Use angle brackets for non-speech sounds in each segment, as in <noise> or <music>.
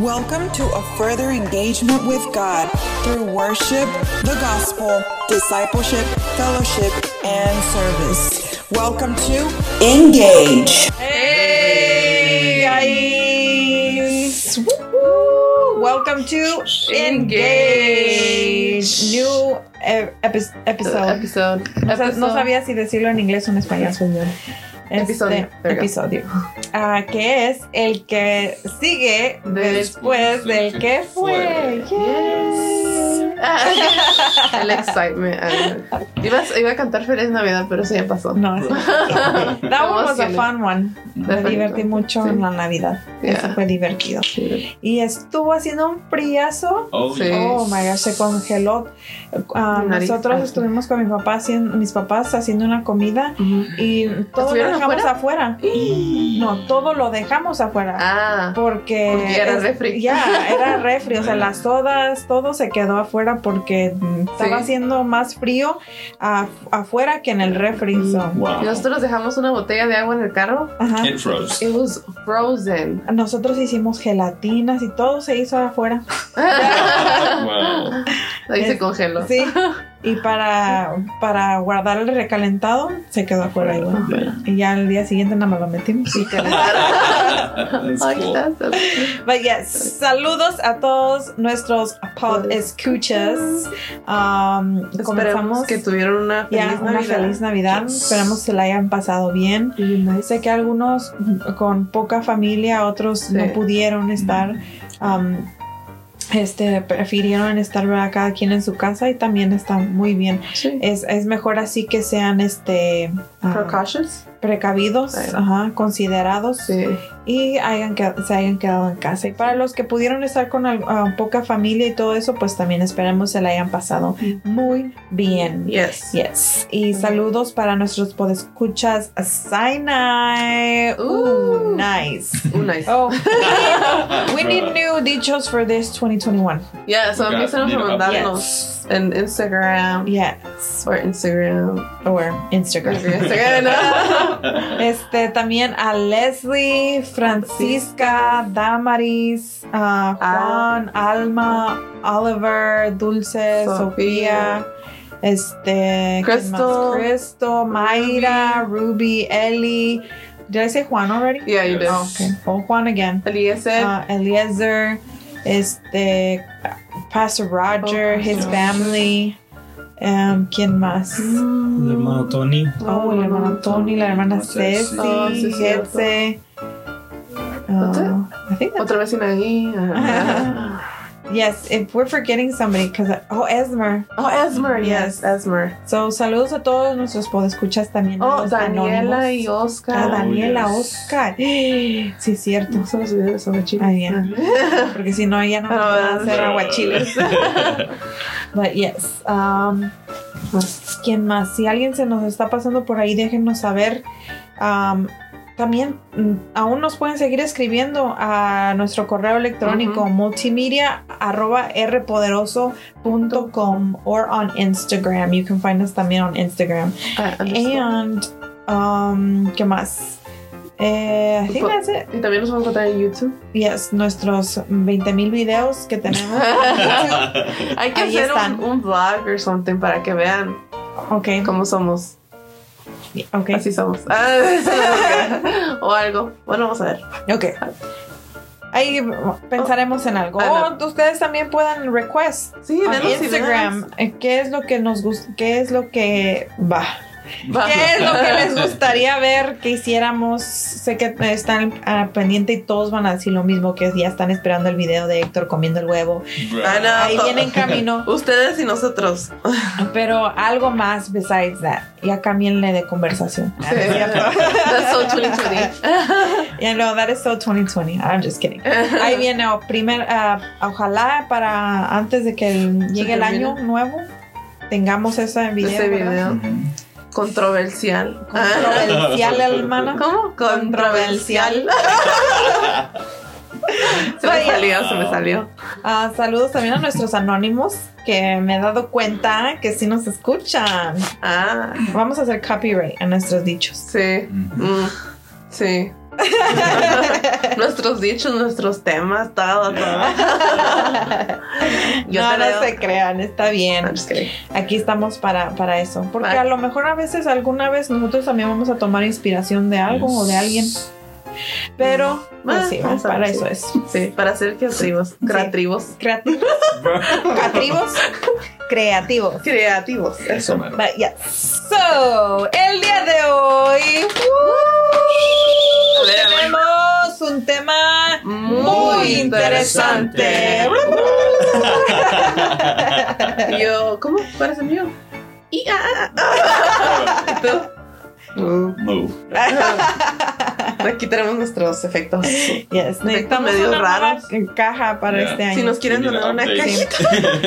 Welcome to a further engagement with God through worship, the gospel, discipleship, fellowship, and service. Welcome to Engage. Hey, guys. Woo-hoo. Welcome to Engage. New eh, epi- episode. episode. No, sa- no Episode. sabía si decirlo en inglés o en español. Este, Episodio. There you go. episodio. Ah, que es el que sigue después Después del que fue. fue. Yay. <laughs> El excitement. ah, no. Ibas- iba a cantar Feliz Navidad, pero eso ya pasó. No, <laughs> es- that one was a fun one. Me Perfecto. divertí mucho Sí. en la Navidad. Eso Yeah. fue divertido. Y estuvo haciendo un friazo. Oh, Sí. yeah. Oh my gosh, se congeló. Ah, Nariz. nosotros Ah, sí. estuvimos con mi papá haciendo, mis papás haciendo una comida y todo lo ¿Estuvieron dejamos afuera? No, todo lo dejamos afuera. Ah, porque Porque era es- refri. Ya, <laughs> era refri. O sea, las sodas, todo se quedó afuera porque mm, estaba Sí. haciendo más frío af- afuera que en el refri. so, Mm. Wow. nosotros dejamos una botella de agua en el carro. ajá. It froze. It was frozen. <laughs> Nosotros hicimos gelatinas y todo se hizo afuera. <laughs> wow. Ahí Es- se congeló. Sí. Y para, para guardar el recalentado, se quedó afuera igual. Y ya al día siguiente nada más lo metimos. Y calentar. <laughs> That's Ay, cool. estás así. But yes, saludos a todos nuestros pod escuchas. Um, comenzamos Esperemos que tuvieron una ya feliz una Navidad. feliz Navidad. Yes. Esperamos se la hayan pasado bien. Sé que algunos con poca familia, otros no pudieron <laughs> estar. um, este, prefirieron estar ¿verdad? cada quien en su casa y también está muy bien. Sí. es, es mejor así que sean este ah, Precautious. precavidos, Right. ajá, considerados Sí. y hayan qued- se hayan quedado en casa. Y para los que pudieron estar con al- ah, poca familia y todo eso, pues también esperemos se la hayan pasado muy bien. Yes. Yes. Y saludos para nuestros podescuchas Sinai. Ooh, Ooh. nice. Ooh, nice. Oh, we need new dichos for this 2021. Yeah, so We got- empiezan a need to update. mandarnos en Instagram. Yes. Or Instagram. Or Instagram. Instagram. ¿no? Este también a Leslie, Francisca, Damaris, ah, Juan, Alma, Oliver, Dulce, Sofía, Sofía. este ¿quién Crystal. más? Crystal, Mayra, Ruby, Ellie. Did I say Juan already? <laughs> Yeah, you did. Oh, okay. Oh, Juan again. Eliezer. Uh, Eliezer, este Pastor Roger, Oh, Mm. his Pastor family. Um, ¿Quién más? El hermano <laughs> Tony. Oh, el hermano Tony, la hermana Ceci, Ah, sí, cierto. Getse. ¿Otra? I think that's- Otra vez sin ahí. Ajá. yes, if we're forgetting somebody, because <laughs> oh, Esmer. Oh, Esmer, yes, Esmer. So, saludos a todos nuestros podescuchas también. a Oh, los Daniela y anónimos. Ah, Oscar. Daniela, Oh, yes. Oscar. <gasps> Sí, es cierto. No se los videos son chidos. Ah, yeah. Porque si no, ya no Pero, van a hacer ah, aguachiles. But yes. Um, ¿Quién más? Si alguien se nos está pasando por ahí, déjenos saber. Um, también mm, aún nos pueden seguir escribiendo a nuestro correo electrónico multimedia arroba rpoderoso.com or on Instagram. You can find us también on Instagram. <laughs> Ah, understand. And, um, ¿qué más? Eh, I think that's it. Y también nos van a encontrar en <laughs> YouTube. Yes, nuestros 20 mil videos que tenemos. <laughs> Hay que Ahí hacer están. un, un vlog or something para que vean ok, cómo somos. ok, Así <laughs> somos. <laughs> Ah, o algo. Bueno, vamos a ver. ok. Ahí pensaremos en algo. Ah, O ustedes también puedan request Sí, en denos Instagram eh, qué es lo que nos gusta, qué es lo que va, ideas. Va. qué es lo <laughs> que les gustaría ver que hiciéramos. Sé que están ah, pendiente y todos van a decir lo mismo que ya están esperando el video de Héctor comiendo el huevo. Bruh. Ah, no. Ahí viene en <laughs> camino. Ustedes y nosotros. Ah, Pero algo más besides that. Ya cambienle de conversación. Ah, no es cierto. <laughs> That's so 2020. Yeah, no, that is so 2020. I'm just kidding. Ahí viene o primer, ah, ojalá para antes de que el- llegue el año nuevo tengamos ese video. <laughs> Ese ¿verdad? video Mm-hmm. controversial. Ah, Controversial, hermana. ¿Cómo? Controversial. Controversial. <laughs> se me salió, se me salió. Ah, saludos también a nuestros anónimos que me he dado cuenta que sí nos escuchan. Ah, Vamos a hacer copyright a nuestros dichos. sí. Mm. Mm, sí. <laughs> nuestros dichos, nuestros temas, todo, todo. <laughs> <laughs> Yo no, te no leo. se crean, está bien. I'm just kidding. Aquí estamos para, para eso. Porque Para- a lo mejor a veces, alguna vez, nosotros también vamos a tomar inspiración de algo o de alguien. Pero, pues Ah, sí, vamos a ver, para sí. eso es. Sí, para ser creativos. Creativos. Creativos. Creativos. Creativos. Creativos. Eso, mero. But yeah. So, el día de hoy ¡uh! A ver, a ver. tenemos un tema muy interesante. <laughs> Y yo, ¿cómo? Parece mío. Y, ah, ah, ah. ¿Y tú? Move. Uh. Aquí tenemos nuestros efectos. Si Yes, necesitamos medio una raros. nueva caja para Yeah. este año. nos quieren We need donar an una update. cajita.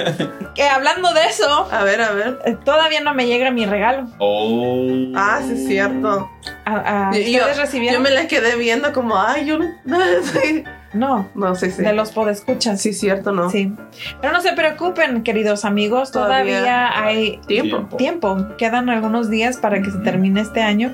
Que hablando de eso, A ver, a ver. eh, todavía no me llega mi regalo. Oh. Ah, sí, es cierto. Ah, ah, Y- y ¿Ustedes recibieron? Yo me la quedé viendo como, ay, yo no. <laughs> sí. No, No, sí, sí. de los podescuchas. Sí, cierto, no. Sí. Pero no se preocupen, queridos amigos, todavía, Todavía. hay Tiempo. tiempo. Quedan algunos días para que se termine este año,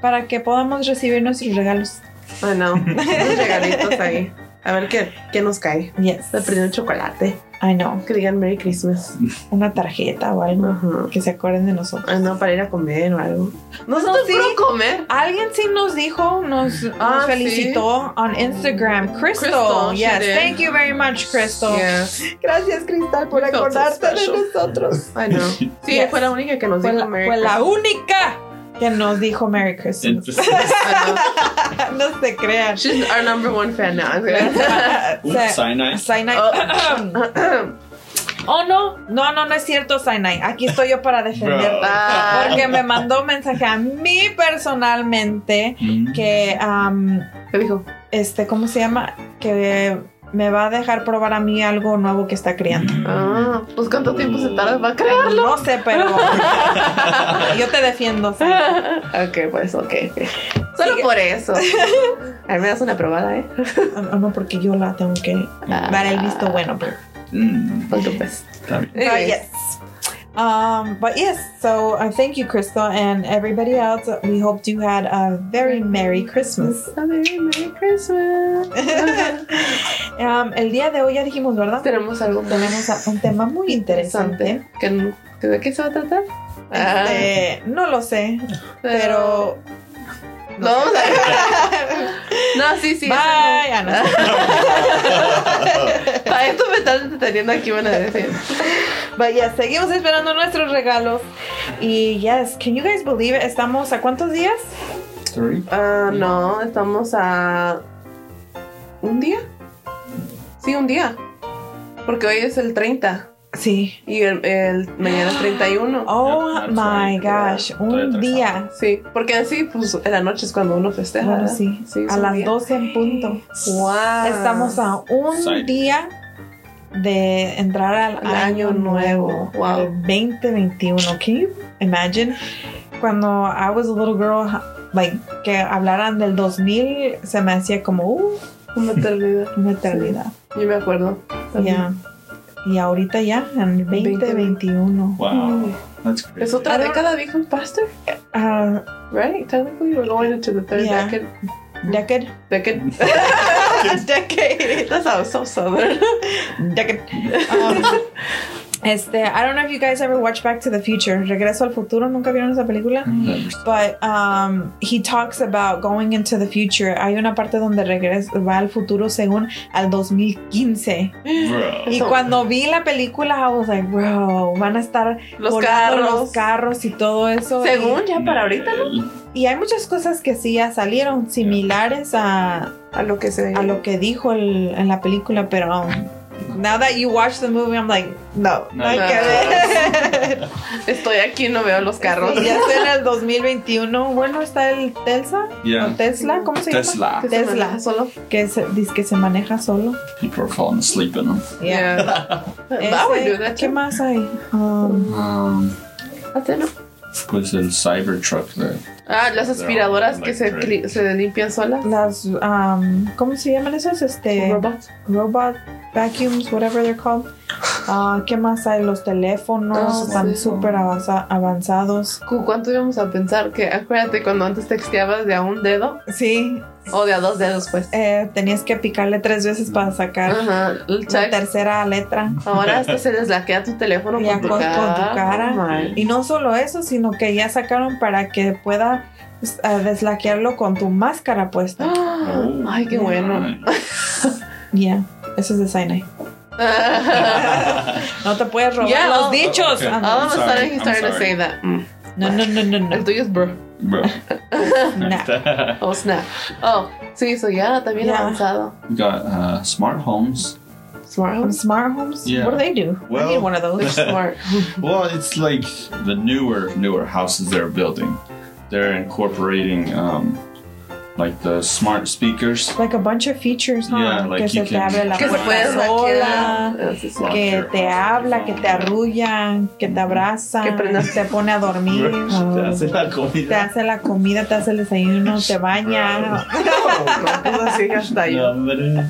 para que podamos recibir nuestros regalos. Ay, no. Unos regalitos ahí. A ver qué, qué nos cae. Yes. Le prendí un chocolate. Ay, no, Que digan Merry Christmas. una tarjeta o algo Ajá. que se acuerden de nosotros. Ay, no, para ir a comer o algo. Nosotros sí. puro comer. Alguien sí nos dijo, nos, nos Ah, sí. felicitó on Instagram. Crystal, Crystal, she yes, did. thank you very much, Crystal. Yeah. <laughs> Gracias, Crystal, por We felt so acordarte de special. nosotros. Ay, no. Sí, Yes. fue la única que nos Fue dijo la, Merry fue la Christmas. única que nos dijo Merry Christmas. <laughs> Interesting. Ay, Ah, no. no se crean. <laughs> She's our number one <laughs> fan now. O sea, Oops, cyanide. Sainai. <laughs> Oh, no. No, no, no es cierto, Sainai. Aquí estoy yo para defenderte. Ah. Porque me mandó un mensaje a mí personalmente Mm. que, am, ¿Qué dijo? este, ¿cómo se llama? Que me va a dejar probar a mí algo nuevo que está criando. Mm. Ah, pues cuánto tiempo se tarda para <laughs> crear. No sé, pero yo te defiendo. Ah, Sainai. ok, pues ok. ok. Solo Sigue. <laughs> por eso. A ver, me das una probada, ¿eh? Ah, no, porque yo la tengo que dar el visto bueno. Pero, Mm. Con tu pez. Está bien. But yes. Um, but yes, so uh, thank you, Crystal, and everybody else. We hope you had a very Merry Christmas. pues, A ver, Merry <laughs> Christmas. Um, el día de hoy ya dijimos, ¿verdad? Tenemos algo Tenemos a- un tema muy interesante. interesante. ¿Que- que ¿De qué se va a tratar? Ah, Este, no lo sé, pero. <laughs> No, vamos a No, sí, sí. Bye. eso Ah, no. no. <laughs> Para esto me están deteniendo aquí, van a decir. But yes, seguimos esperando nuestros regalos. Y yes, can you guys believe it? Estamos a cuántos días? Three. Ah, no, estamos a. ¿Un día? Sí, un día. Porque hoy es el 30 Sí. y el, el- mañana es 31. <gasps> Oh Yeah, my that's right. Yeah, gosh, estoy un atrasado. día. Sí, porque así, pues en la noche es cuando uno festeja. Bueno, ¿verdad? sí, es a un las día. 12 en punto. ¡Guau! Estamos a un Sí. día de entrar al Al año, año nuevo, nuevo. Wow. al 2021. Can you imagine? Cuando I was a little girl, like, que hablaran del 2000, se me hacía como uh, Una eternidad. una eternidad. Yo me acuerdo. también. Ya. Y ahorita ya, en el 2021. Wow. Mm. That's crazy. Es otra I don't- década, dijo el pastor. Ah, Right? Technically, we're going into the third Yeah. decade. <laughs> decade, Decade. decade. That sounds so southern. decade. Um, este, I don't know if you guys ever watch Back to the Future. Regreso al futuro, ¿nunca vieron esa película? Never But um, he talks about going into the future. Hay una parte donde regresa, va al futuro según al 2015. Bro. Y cuando vi la película, I was like, bro, van a estar Los volando <laughs> carros. los carros y todo eso. Según ya para ahorita, ¿no? Y, y hay muchas cosas que sí ya salieron similares a, A lo que se a lo que dijo el- en la película, pero um, now that you watch the movie, I'm like, no, no hay No, que no. ver. Estoy aquí, no veo <laughs> los carros. Sí, ya está en el 2021. Bueno, está el Telsa. Yeah. ¿O Tesla? ¿Cómo se llama? Ah, Tesla. Que se Tesla. maneja solo. que se, dice que se maneja solo. People are falling asleep in them. Ah, Ese- That would do that ¿Qué too. más hay? Um, Um, Hace, ¿no? pues el Cybertruck <laughs> de Ah, las aspiradoras que se, Electric. cli- se limpian solas. las, um, ¿cómo se llaman esos? Este, Robots. robot vacuums, whatever they're called. Ah, ¿Qué más hay? Los teléfonos Ah, están sí. súper avanza- avanzados. Cu, ¿Cuánto íbamos a pensar? Que acuérdate cuando antes texteabas de a un dedo Sí, o de a dos dedos, pues. eh, tenías que picarle tres veces para sacar Ajá, el la check. tercera letra. Ahora hasta se deslaquea tu teléfono Ya con tu con- con cara. tu cara. Oh, my. Y no solo eso, sino que ya sacaron para que pueda pues, ah, deslaquearlo con tu máscara puesta. Oh. Ay, qué bueno. <laughs> <laughs> Ya, eso es de Sinai. No te puedes robar Ya, los oh, dichos. ok. Ándale. All of a sorry, sudden I'm he's starting to sorry. say that. Mm. No, no, no, no, El no. tuyo es bro. Bro. Nah. Oh, snap. Oh, sí, eso ya también Ya. avanzado. We <laughs> got uh, smart homes. Smart homes. Smart homes. Yeah. What do they do? I need Well- one of They're <laughs> those. smart. Well, it's like the newer newer houses they're building. They're incorporating um, like the smart speakers. Like a bunch of features, huh? Yeah, like que se you te can- abre la que se puerta puede sola, saquear. Sí, sí. <laughs> Lock que your te house, habla, your que te phone. arrulla, que te abraza, Que prendas- te pone a dormir, Oh. Te <laughs> hace la comida. te hace la comida, te hace el desayuno, te baña. así hasta No, hombre.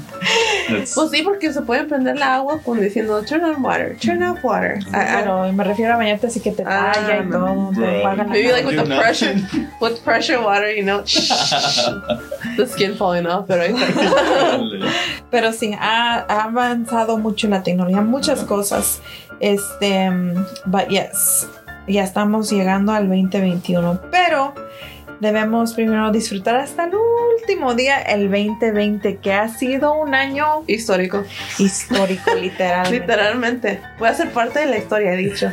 That's- Pues sí, porque se puede prender la agua con diciendo turn on water, turn off water. I- I- Pero me refiero a bañarte así que te Ah, talla y todo, te bro. paga la Maybe like cara. with Do the pressure, nothing. with pressure water, you know, <laughs> the skin falling off, pero ahí está. <laughs> <laughs> Pero sí, ha, ha avanzado mucho la tecnología, muchas cosas. Este, mm, but yes, ya estamos llegando al 2021, pero debemos primero disfrutar hasta el último día, el 2020, que ha sido un año histórico. <laughs> histórico, literal. Literalmente, voy a ser parte de la historia, he dicho.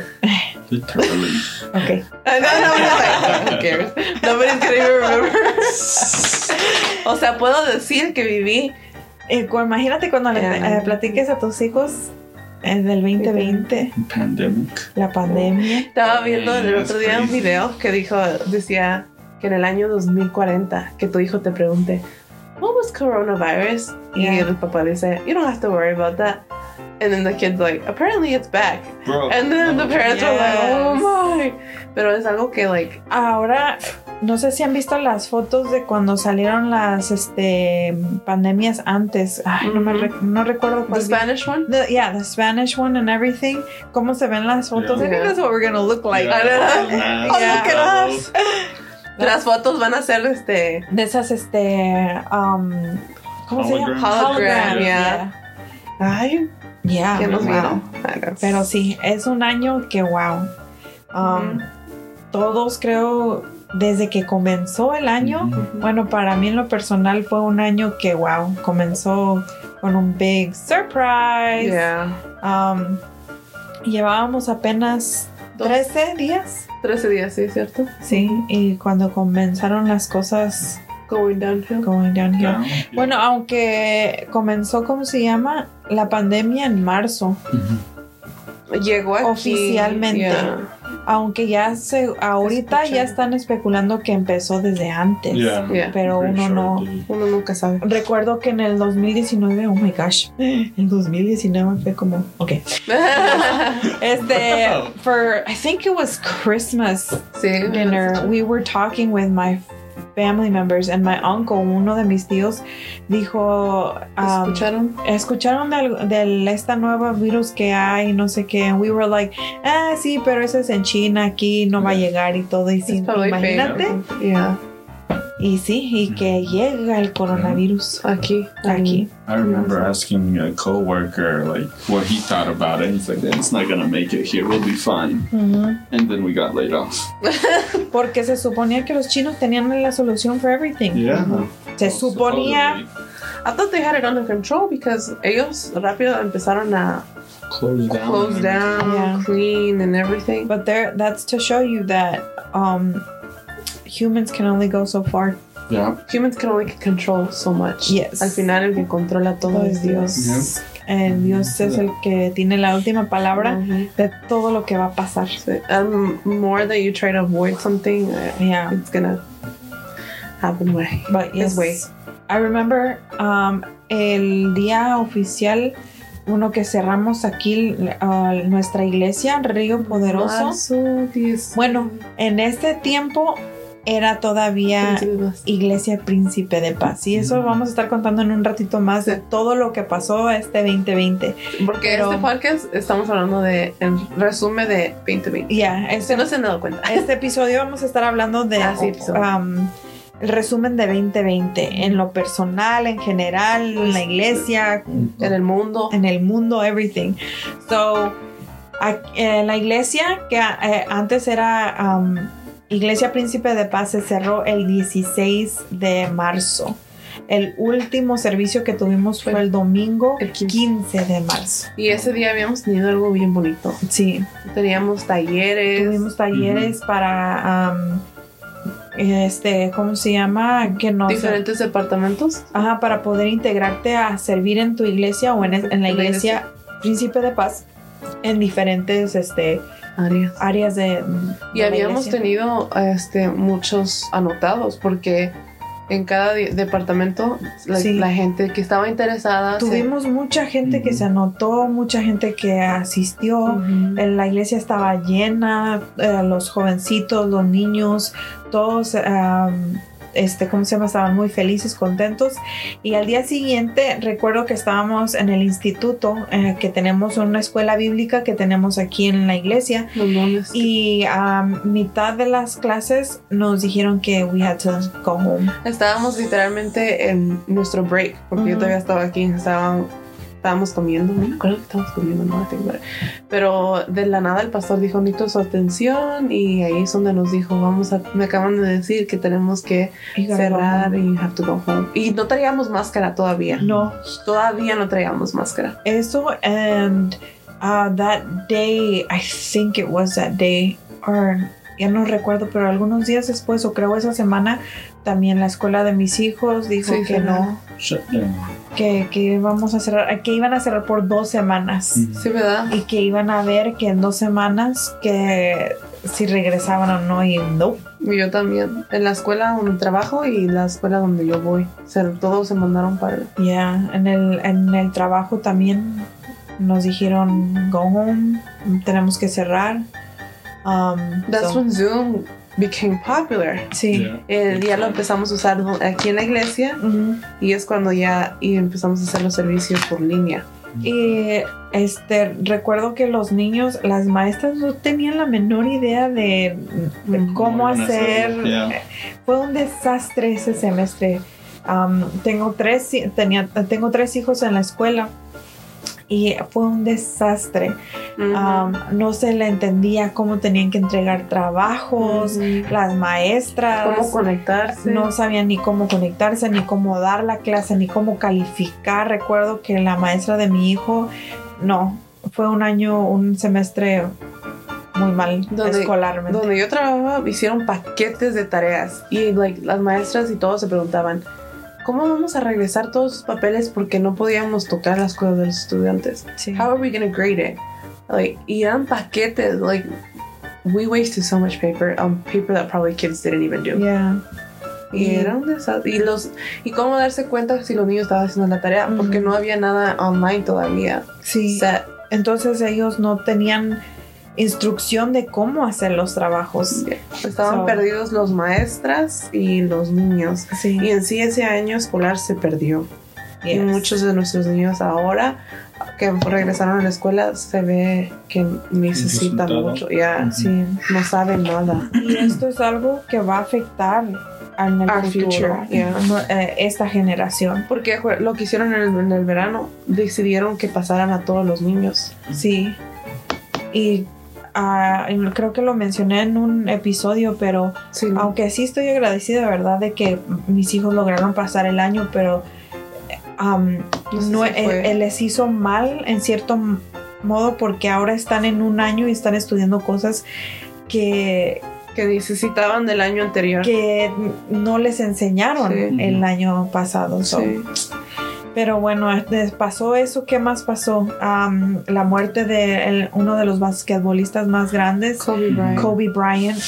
Literally. Ok. No, no, no, no, who cares? Nobody's gonna even remember. O sea, puedo decir que viví Eh, cu- imagínate cuando le Yeah. eh, platiques a tus hijos eh, del 2020, Pandemic. la pandemia. Estaba viendo el Mm, otro día un that's crazy. video que dijo, decía que en el año 2040, que tu hijo te pregunte, what was coronavirus? Y Yeah. el papá dice, you don't have to worry about that. And then the kid's like, apparently it's back. Bro. And then the parents are Yes. like, oh my. Pero es algo que, like, Ahora, no sé si han visto las fotos de cuando salieron las este, pandemias antes. Ay, no, me Ujú. rec- no recuerdo the cuál. día. Spanish one. The- yeah, the Spanish one and everything. ¿Cómo se ven las fotos? I think Yeah. that's what we're gonna look like. Yeah. Yeah. Oh, Yeah. look at us. Las fotos van a ser, este, De esas, este. um, ¿Cómo se llama? Hologram. Hologram, yeah. ay, Yeah. que nos wow. vieron. I know. Pero sí, es un año que wow. Um, Ujú. Todos creo, desde que comenzó el año, Bueno, para mí en lo personal fue un año que, wow, comenzó con un big surprise. Yeah. Um, llevábamos apenas Dos, 13 días. 13 días, sí, ¿cierto? Sí, y cuando comenzaron las cosas Going downhill. going downhill. Yeah. Bueno, aunque comenzó, ¿cómo se llama? La pandemia en marzo. Llegó aquí. Oficialmente. yeah. Aunque ya se, ahorita Escucha. ya están especulando que empezó desde antes. Yeah. Yeah. Pero Pretty uno no. sure it did. Uno nunca sabe. Recuerdo que en el 2019, oh my gosh, el 2019 fue como, ok. Este, Wow. for, I think it was Christmas <laughs> sí. dinner, we were talking with my family members and my uncle, uno de mis tíos, dijo, um, ¿Escucharon? escucharon del, del esta nueva virus que hay, no sé qué, and we were like, ah, sí, pero eso es en China, aquí no va a Yeah. llegar y todo, y sí, It's probably fake. imagínate, Yeah. y sí, y que llega el coronavirus Aquí. aquí. I remember asking a coworker like what he thought about it. He's like, "It's not gonna make it here. We'll be fine." And then we got laid off. Porque se suponía que los chinos tenían la solución for everything. Yeah. Oh, Se suponía. <laughs> I thought they had it under control because ellos rápido empezaron a Close down. close down, Yeah. clean and everything. But there, that's to show you that um, humans can only go so far. Yeah. Humans can only control so much. Yes. Al final el que controla todo Todo es Dios. Eh, Dios es el que tiene la última palabra Ujú. de todo lo que va a pasar. Sí. Um, more that you try to avoid something, uh, Yeah, it's gonna happen way. but yes. His way. I remember um, el día oficial, uno que cerramos aquí, uh, nuestra iglesia, Río Poderoso. Marzo 10. Bueno, en este tiempo era todavía Iglesia Príncipe de Paz. Y Mm. eso vamos a estar contando en un ratito más de todo lo que pasó este 2020. Porque Pero- este podcast estamos hablando de el resumen de 2020. Ya, este, Si no se han dado cuenta. este episodio vamos a estar hablando de Ah, sí, episodio. um, el resumen de 2020 en lo personal, en general, en la iglesia, En el mundo. en el mundo, everything. So, a- eh, la iglesia que eh, antes era um, Iglesia Príncipe de Paz se cerró el 16 de marzo. El último servicio que tuvimos fue el domingo El 15. 15 de marzo. Y ese día habíamos tenido algo bien bonito. Sí, Teníamos talleres. tuvimos talleres para, um, este, ¿cómo se llama? Que no diferentes departamentos. Ajá, para poder integrarte a servir en tu iglesia o en, es- en la En la iglesia Príncipe de Paz en diferentes este, Áreas. áreas de. Ah, Y habíamos tenido este, muchos anotados porque en cada di- departamento la, Sí. la gente que estaba interesada se- Tuvimos mucha gente que Ujú. se anotó, mucha gente que asistió. Ujú. en La iglesia estaba llena, eh, los jovencitos, los niños, todos, am, este, ¿cómo se llama? Estaban muy felices, contentos. Y al día siguiente recuerdo que estábamos en el instituto, eh, que tenemos una escuela bíblica que tenemos aquí en la iglesia. Los lunes. Y a mitad de las clases nos dijeron que we had to go home. Estábamos literalmente en nuestro break, porque yo Ujú. todavía estaba aquí, estaba, estábamos comiendo, no me acuerdo que estábamos comiendo, no I think about it. Pero de la nada el pastor dijo, necesito su atención, y ahí es donde nos dijo, vamos a, me acaban de decir que tenemos que You gotta go cerrar home. y have to go home. Y no traíamos máscara todavía, No, todavía no traíamos máscara. eso and uh, that day, I think it was that day, or ya no recuerdo, pero algunos días después o creo esa semana, también la escuela de mis hijos dijo Sí, que no, cerraron. Shut down. que, que vamos a cerrar, que iban a cerrar por dos semanas. Sí, ¿verdad? Y que iban a ver que en dos semanas que si regresaban o no y no. Y yo también, en la escuela donde trabajo y la escuela donde yo voy, se, todos se mandaron para... Ya, en, el, en el trabajo también nos dijeron go home, tenemos que cerrar. Um, That's so- when Zoom became popular. sí. Eh, ya lo empezamos a usar do- aquí en la iglesia Ujú. y es cuando ya y empezamos a hacer los servicios por línea. Y este, recuerdo que los niños, las maestras no tenían la menor idea de, de Mm. cómo Iban a hacer. hacerlo, ya. Fue un desastre ese semestre. Am, tengo, tres, hi- tenía, tengo tres hijos en la escuela y fue un desastre. Ah, Am, no se le entendía cómo tenían que entregar trabajos, Ujú. las maestras pues, cómo conectarse. Pues, no sabían ni cómo conectarse, ni cómo dar la clase, ni cómo calificar. Recuerdo que la maestra de mi hijo, no, fue un año, un semestre muy mal Donde- escolarmente. Donde yo trabajaba hicieron paquetes de tareas y like, las maestras y todos se preguntaban, ¿cómo vamos a regresar todos sus papeles porque no podíamos tocar las cosas de los estudiantes? Sí. How are we gonna grade it? Like, y eran paquetes, like, we wasted so much paper, on paper that probably kids didn't even do. Yeah. Mm. Y era un desastre. Y, los, y cómo darse cuenta si los niños estaban haciendo la tarea, porque Ujú. no había nada online todavía. Sí. O sea, Entonces ellos no tenían instrucción de cómo hacer los trabajos. estaban So- perdidos los maestras y los niños. Sí. Y en sí ese año escolar se perdió. Y Yes. muchos de nuestros niños ahora que regresaron a la escuela se ve que necesitan Necesitado. mucho. Ya Sí. no saben nada. Y esto es algo que va a afectar en el Our futuro, future, yeah. no- eh, esta generación. Porque jue- lo que hicieron en el, en el verano, decidieron que pasaran a todos los niños. Sí. Y ah, y creo que lo mencioné en un episodio, pero Sí, aunque sí estoy agradecida, ¿verdad? De que mis hijos lograron pasar el año, pero eh, am, no sé no, si eh, fue- eh, les hizo mal en cierto m- modo porque ahora están en un año y están estudiando cosas que, que necesitaban del año anterior. que no les enseñaron Sí. el año pasado. so. Sí. Pero bueno, este, pasó eso. ¿Qué más pasó? Am, la muerte de el- uno de los basquetbolistas más grandes, Kobe Bryant. Kobe Bryant.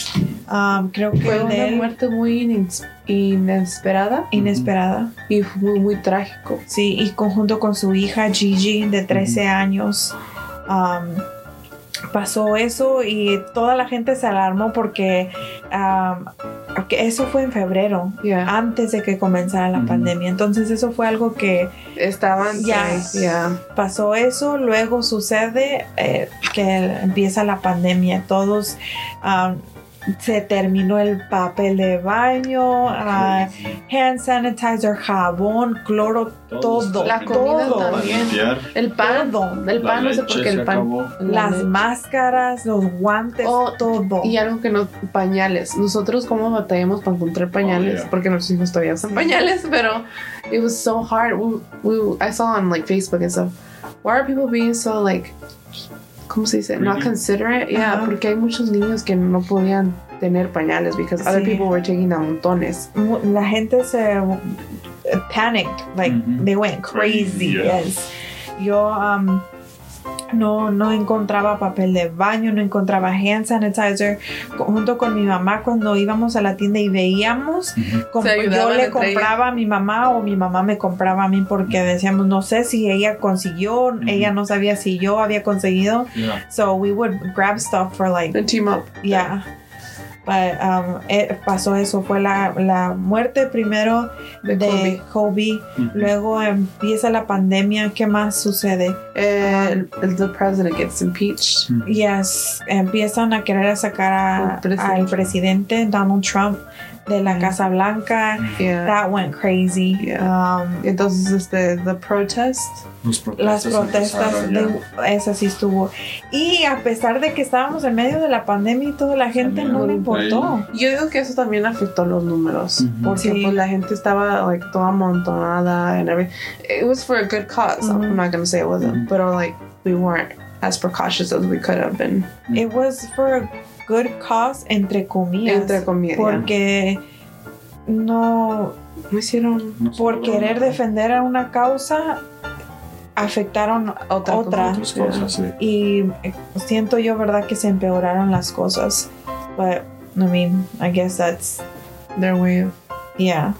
Am, creo que Fue el de una él, muerte muy inins- inesperada inesperada. y fue muy, muy trágico. Sí, y conjunto con su hija Gigi de 13 años. am, pasó eso y toda la gente se alarmó porque am, porque eso fue en febrero, Yeah. antes de que comenzara la Ujú. pandemia. Entonces eso fue algo que Estaban. Ya. sí, ya. pasó eso, luego sucede eh, que empieza la pandemia, todos um, se terminó el papel de baño, ah, hand sanitizer, jabón, cloro, todo, La comida todo. Para también. limpiar, El pan. Todo. El la pan, no sé leche por qué se el pan. acabó. La las leche. máscaras, los guantes, Oh, todo. Y algo que no, pañales. Nosotros como batallamos para encontrar pañales, Oh, yeah. porque nuestros hijos todavía usan pañales, pero it was so hard. We, we, I saw on like Facebook and stuff, why are people being so like, ¿cómo se dice? Not Greedy. considerate. Yeah, Ajá. porque hay muchos niños que no podían tener pañales because other Sí. people were taking a montones. mu- la gente se uh, panicked, like Ujú. they went crazy. Crazy, yeah. yes. Yo um, no, no encontraba papel de baño, no encontraba hand sanitizer. Co- Junto con mi mamá, cuando íbamos a la tienda y veíamos, Ujú. com- Se ayudaban yo le entre ellas. compraba a mi mamá o mi mamá me compraba a mí porque decíamos, no sé si ella consiguió, ella no sabía si yo había conseguido. Yeah. So we would grab stuff for like And team up. ya Pa- um, eh, pasó eso, fue la, la muerte primero De de, Kobe. Kobe. Mm-hmm. Luego empieza la pandemia, ¿qué más sucede? And the president gets impeached. Yes, empiezan a querer sacar a- Al presidente. al presidente Donald Trump de la Casa Blanca. Mm. Yeah. That went crazy. Yeah. Um, Entonces, este, the protest. Los las protestas protestas, empezaron ya. de, esa sí estuvo. Y a pesar de que estábamos en medio de la pandemia y toda la gente no le importó. Yo digo que eso también afectó los números, Ujú. porque Sí. pues, la gente estaba like toda amontonada and everything. It was for a good because Ujú. I'm not gonna say it wasn't, Ujú. but like we weren't as precautious as we could have been. It was for a good cause, entre comillas. Entre comillas. porque no no hicieron No se por lograron querer nada. defender a una causa afectaron otra, Otra. cosa. Otras cosas, sí. y siento yo verdad que se empeoraron las cosas but I mean I guess that's Yeah, Their way of. yeah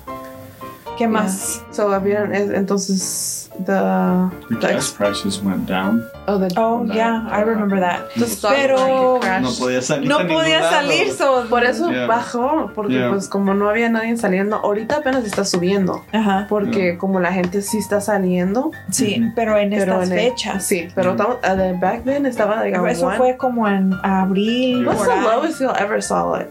qué Yeah. más So habían es- entonces the The gas prices went down. oh the Mm. oh Nah. yeah I remember that the No stock Pero- market crashed. No podía salir. a no ningún podía lado. salir so Por eso Yeah. bajó, porque Yeah. pues como no había nadie saliendo, ahorita apenas está subiendo, ajá porque como la gente sí está saliendo, sí Ujú. pero en Pero estas en el- fechas Sí, pero estamos- uh, the back then estaba like a Mm-hmm. eso one. fue como en abril What's What's por the ahí. lowest you'll ever saw it?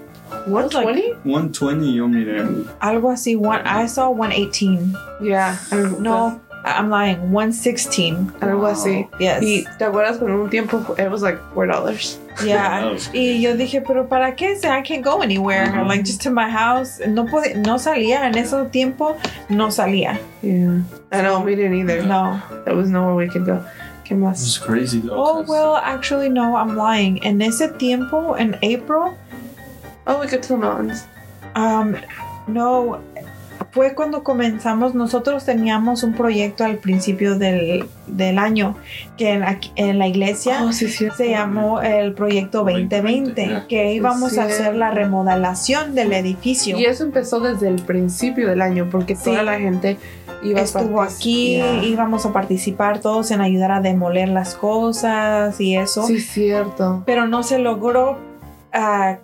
120? 120 yo miré. algo así one I saw 118 yeah. algo- no Pues. I'm lying 116 Algo Wow. así. yes Y te acuerdas cuando un tiempo it was like $4. Yeah. that was Y yo dije, pero ¿para qué? O sea, I can't go anywhere. Ajá. Like, just to my house. No, podía, no salía. En ese tiempo, no salía. Yeah. I know, we didn't either. No. There was nowhere we could go. ¿Qué It más? was crazy though. Oh, 'cause well, actually, no, I'm lying. En ese tiempo, en April, Mm. Oh, we could to the mountains. um, no, fue cuando comenzamos. Nosotros teníamos un proyecto al principio del, del año que en, aquí- en la iglesia. Oh, sí, sí. se llamó el proyecto 2020, 2020, ya. que íbamos a hacer la remodelación del edificio. Y eso empezó desde el principio del año, porque Sí. toda la gente iba a estuvo partic- aquí, Yeah. íbamos a participar todos en ayudar a demoler las cosas y eso, Sí, cierto. pero no se logró ah,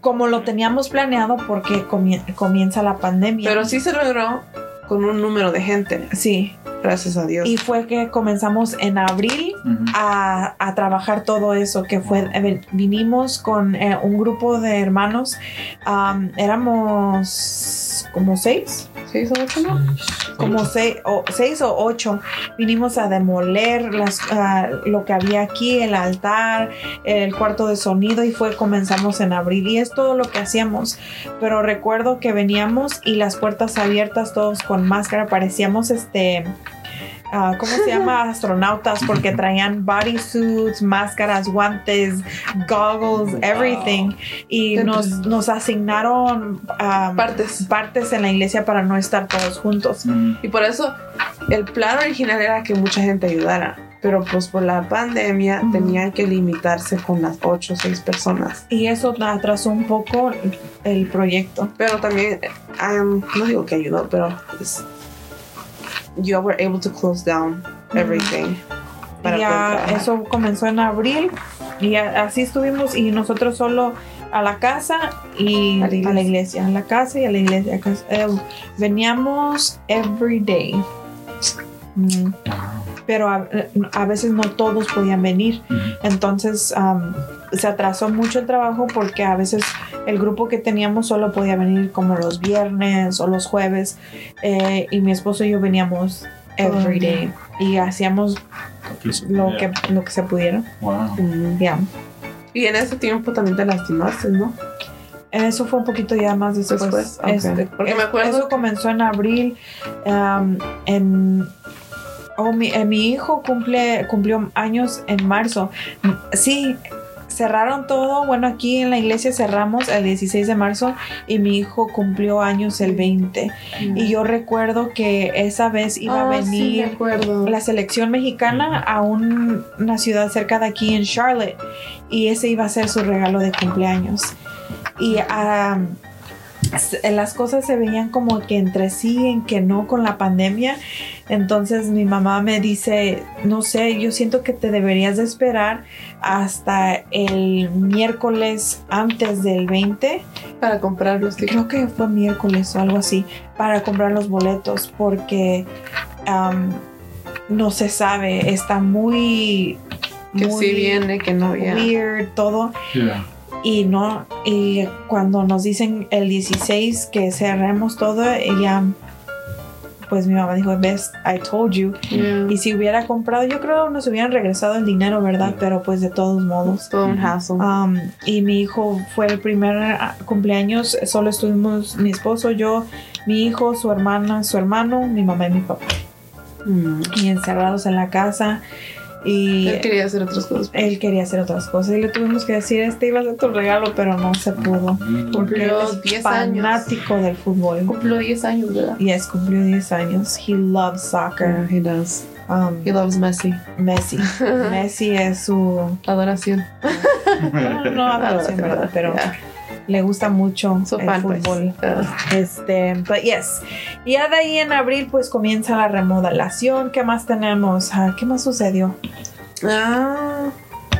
como lo teníamos planeado porque comie- comienza la pandemia. Pero sí se logró con un número de gente, sí, gracias a Dios. y fue que comenzamos en abril Ujú. a, a trabajar todo eso, que fue, eh, ven- vinimos con eh, un grupo de hermanos, am, éramos como seis. ¿Sí hizo ocho, no? como seis o, seis o ocho vinimos a demoler las, ah, lo que había aquí, el altar, el cuarto de sonido y fue comenzamos en abril y es todo lo que hacíamos. Pero recuerdo que veníamos y las puertas abiertas, todos con máscara, parecíamos este... ah, ¿Cómo se llama? Astronautas, porque traían bodysuits, máscaras, guantes, goggles, Wow. everything. Y nos, nos asignaron ah, Partes. partes en la iglesia para no estar todos juntos. Ujú. Y por eso el plan original era que mucha gente ayudara. Pero pues por la pandemia Ujú. tenían que limitarse con las 8 o 6 personas. Y eso atrasó un poco el proyecto. Pero también, um, no digo que ayudó, pero es- you were able to close down everything. para ya <laughs> poder trabajar. eso comenzó en abril y a- así estuvimos y nosotros solo a la casa y A la iglesia. a la iglesia, a la casa y a la iglesia. a casa. Eh, veníamos every day. Mm, Pero a, a veces no todos podían venir. Ujú. Entonces am, se atrasó mucho el trabajo porque a veces el grupo que teníamos solo podía venir como los viernes o los jueves. eh, y mi esposo y yo veníamos every day. Y hacíamos lo, que, lo que se pudiera. Mm-hmm. Wow. Mm. Ya. Y en ese tiempo también te lastimaste, ¿no? Eso fue un poquito ya más después. Después, ok. Pues, Este, Porque me es- acuerdo Eso que- comenzó en abril. em, en, oh, mi, eh, mi hijo cumple, cumplió años en marzo. Sí, cerraron todo. Bueno, aquí en la iglesia cerramos el 16 de marzo y mi hijo cumplió años el 20. Y yo recuerdo que esa vez iba a Ah, sí, venir me acuerdo. la selección mexicana a un- una ciudad cerca de aquí en Charlotte y ese iba a ser su regalo de cumpleaños. Y ah, s- las cosas se veían como que entre sí, en que no con la pandemia. Entonces mi mamá me dice, no sé, yo siento que te deberías de esperar hasta el miércoles antes del 20 para comprar los tickets. creo que fue miércoles o algo así, para comprar los boletos porque am, no se sabe, está muy, Que muy sí viene, que no viene. weird todo Yeah. y no y cuando nos dicen el 16 que cerremos todo, ella pues mi mamá dijo, "Ves, I told you." Yeah. Y si hubiera comprado, yo creo nos hubieran regresado el dinero, ¿verdad? Pero pues de todos modos. Todo un hassle. Um, y mi hijo fue el primer ah, cumpleaños, solo estuvimos mi esposo, yo, mi hijo, su hermana, su hermano, mi mamá y mi papá. Mm. Y encerrados en la casa. Y Él quería hacer otras cosas. él quería hacer otras cosas. Y le tuvimos que decir, este iba a ser tu regalo, pero no se pudo. Mm. Porque él Cumplió es 10 años. fanático del fútbol. Cumplió 10 años, ¿verdad? Yes, cumplió 10 años. He loves Yeah, soccer. he does. Um, He loves Messi. <laughs> Messi. Messi es su... Adoración. No, no, Ah, adoración, ¿verdad? Pero Yeah. le gusta mucho So el fan, pues. fútbol. Yeah. Este, but yes. Y ya de ahí en abril pues comienza la remodelación. ¿Qué más tenemos? Ah, ¿Qué más sucedió? Ah,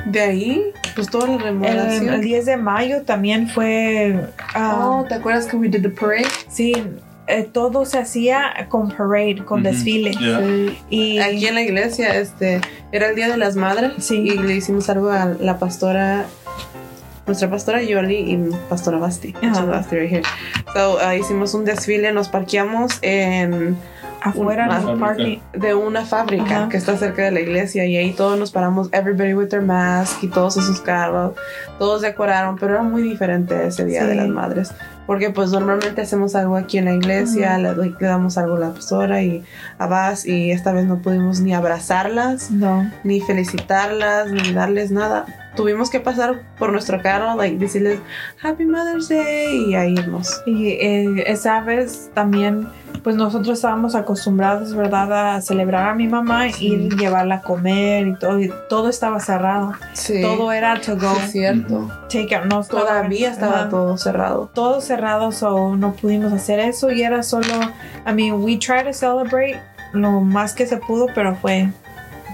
de ahí, pues toda la El, remodelación. el 10 de mayo también fue... ah, Oh, ¿te acuerdas que we did the parade? Sí, eh, todo se hacía con parade, con Ujú. desfile. <laughs> Yeah. Y Aquí en la iglesia, este, era el Día de las Madres Sí. y le hicimos algo a la pastora, nuestra pastora Yoli y pastora Basti. Ajá. Pastora Basti right here. So, ah, hicimos un desfile, nos parqueamos en afuera en Una el parque. fábrica. de una fábrica Ajá. que está cerca de la iglesia y ahí todos nos paramos, everybody with their mask y todos esos carros, todos decoraron, pero era muy diferente ese Día Sí. de las Madres, porque pues normalmente hacemos algo aquí en la iglesia, Ajá. le, doy- le damos algo a la pastora y a Bas y esta vez no pudimos ni abrazarlas, No. ni felicitarlas, ni darles nada. Tuvimos que pasar por nuestro carro, like, decirles Happy Mother's Day y ahí irnos. Y eh, esa vez también, pues nosotros estábamos acostumbrados, ¿verdad?, a celebrar a mi mamá, Sí. ir, llevarla a comer y todo. y todo estaba cerrado. Sí, Todo era to go. es cierto. Take out. No estaba- Todavía estaba Ajá. todo cerrado. todo cerrado, so no pudimos hacer eso y era solo, I mean, we tried to celebrate lo más que se pudo, pero fue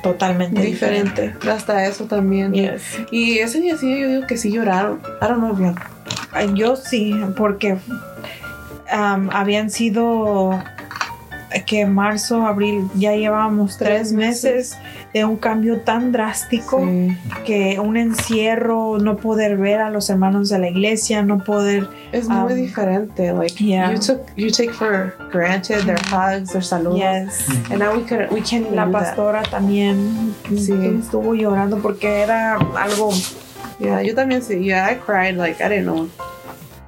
totalmente diferente. diferente. Hasta eso también. Yes. Y ese día sí, yo digo que sí lloraron. I don't know, bro. Ay, Yo sí, porque um, habían sido eh, que marzo, abril, ya llevábamos tres, Tres meses de un cambio tan drástico. que un encierro, no poder ver a los hermanos de la iglesia, no poder... Es muy Um, diferente. Like, yeah. you, took, you take for granted their hugs, their saludos. Yes. And now we, couldn't, we can't even La do pastora también Sí. estuvo llorando porque era algo... that. Yeah, yo también sí. Yeah, I cried. Like, I didn't know.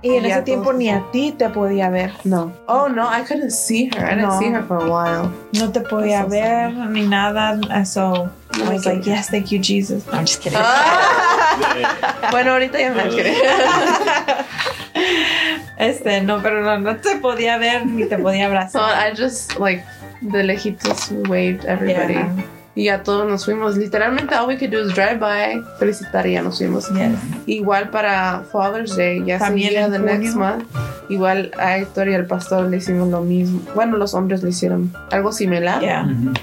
Y en Ya ese tiempo todos- ni a ti te podía ver. No. Oh, no, I couldn't see her. I didn't No. see her for <laughs> a while. No te podía Eso sí. ver ni nada. uh, So I No, was sí. like, yes, thank you, Jesus. No, I'm just kidding. Ah. bueno, ahorita ya me la Este, no, pero no, no te podía ver ni te podía <laughs> So <laughs> abrazar. I just, like, de lejitos waved everybody. Yeah. Y ya todos nos fuimos. Literalmente, all we could do is drive by, felicitar y ya nos fuimos. Yes. Igual para Father's Day, ya También seguía en the junio. next month. Igual a Héctor y al Mm-hmm. pastor le hicimos lo mismo. Bueno, los hombres le hicieron algo similar. Yeah. Mhm.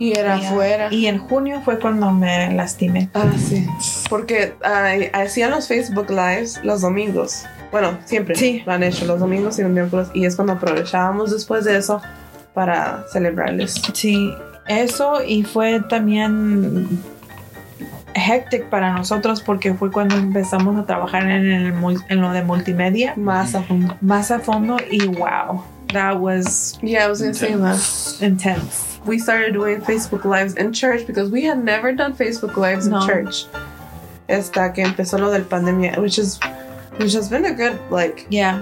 Y era Ya. afuera. Y en junio fue cuando me lastimé. Ah, sí. Porque ay, hacían los Facebook Lives los domingos. Bueno, siempre Sí. lo han hecho los domingos y los miércoles. Y es cuando aprovechábamos después de eso para celebrarles. Sí, eso y fue también hectic para nosotros porque fue cuando empezamos a trabajar en, el, mul- en lo de multimedia Más a fondo. más a fondo y wow, that was Yeah, I was gonna say that. intense. We started doing Facebook Lives in church because we had never done Facebook Lives No. in church. Hasta que empezó lo del pandemia, which is which has been a good like Yeah.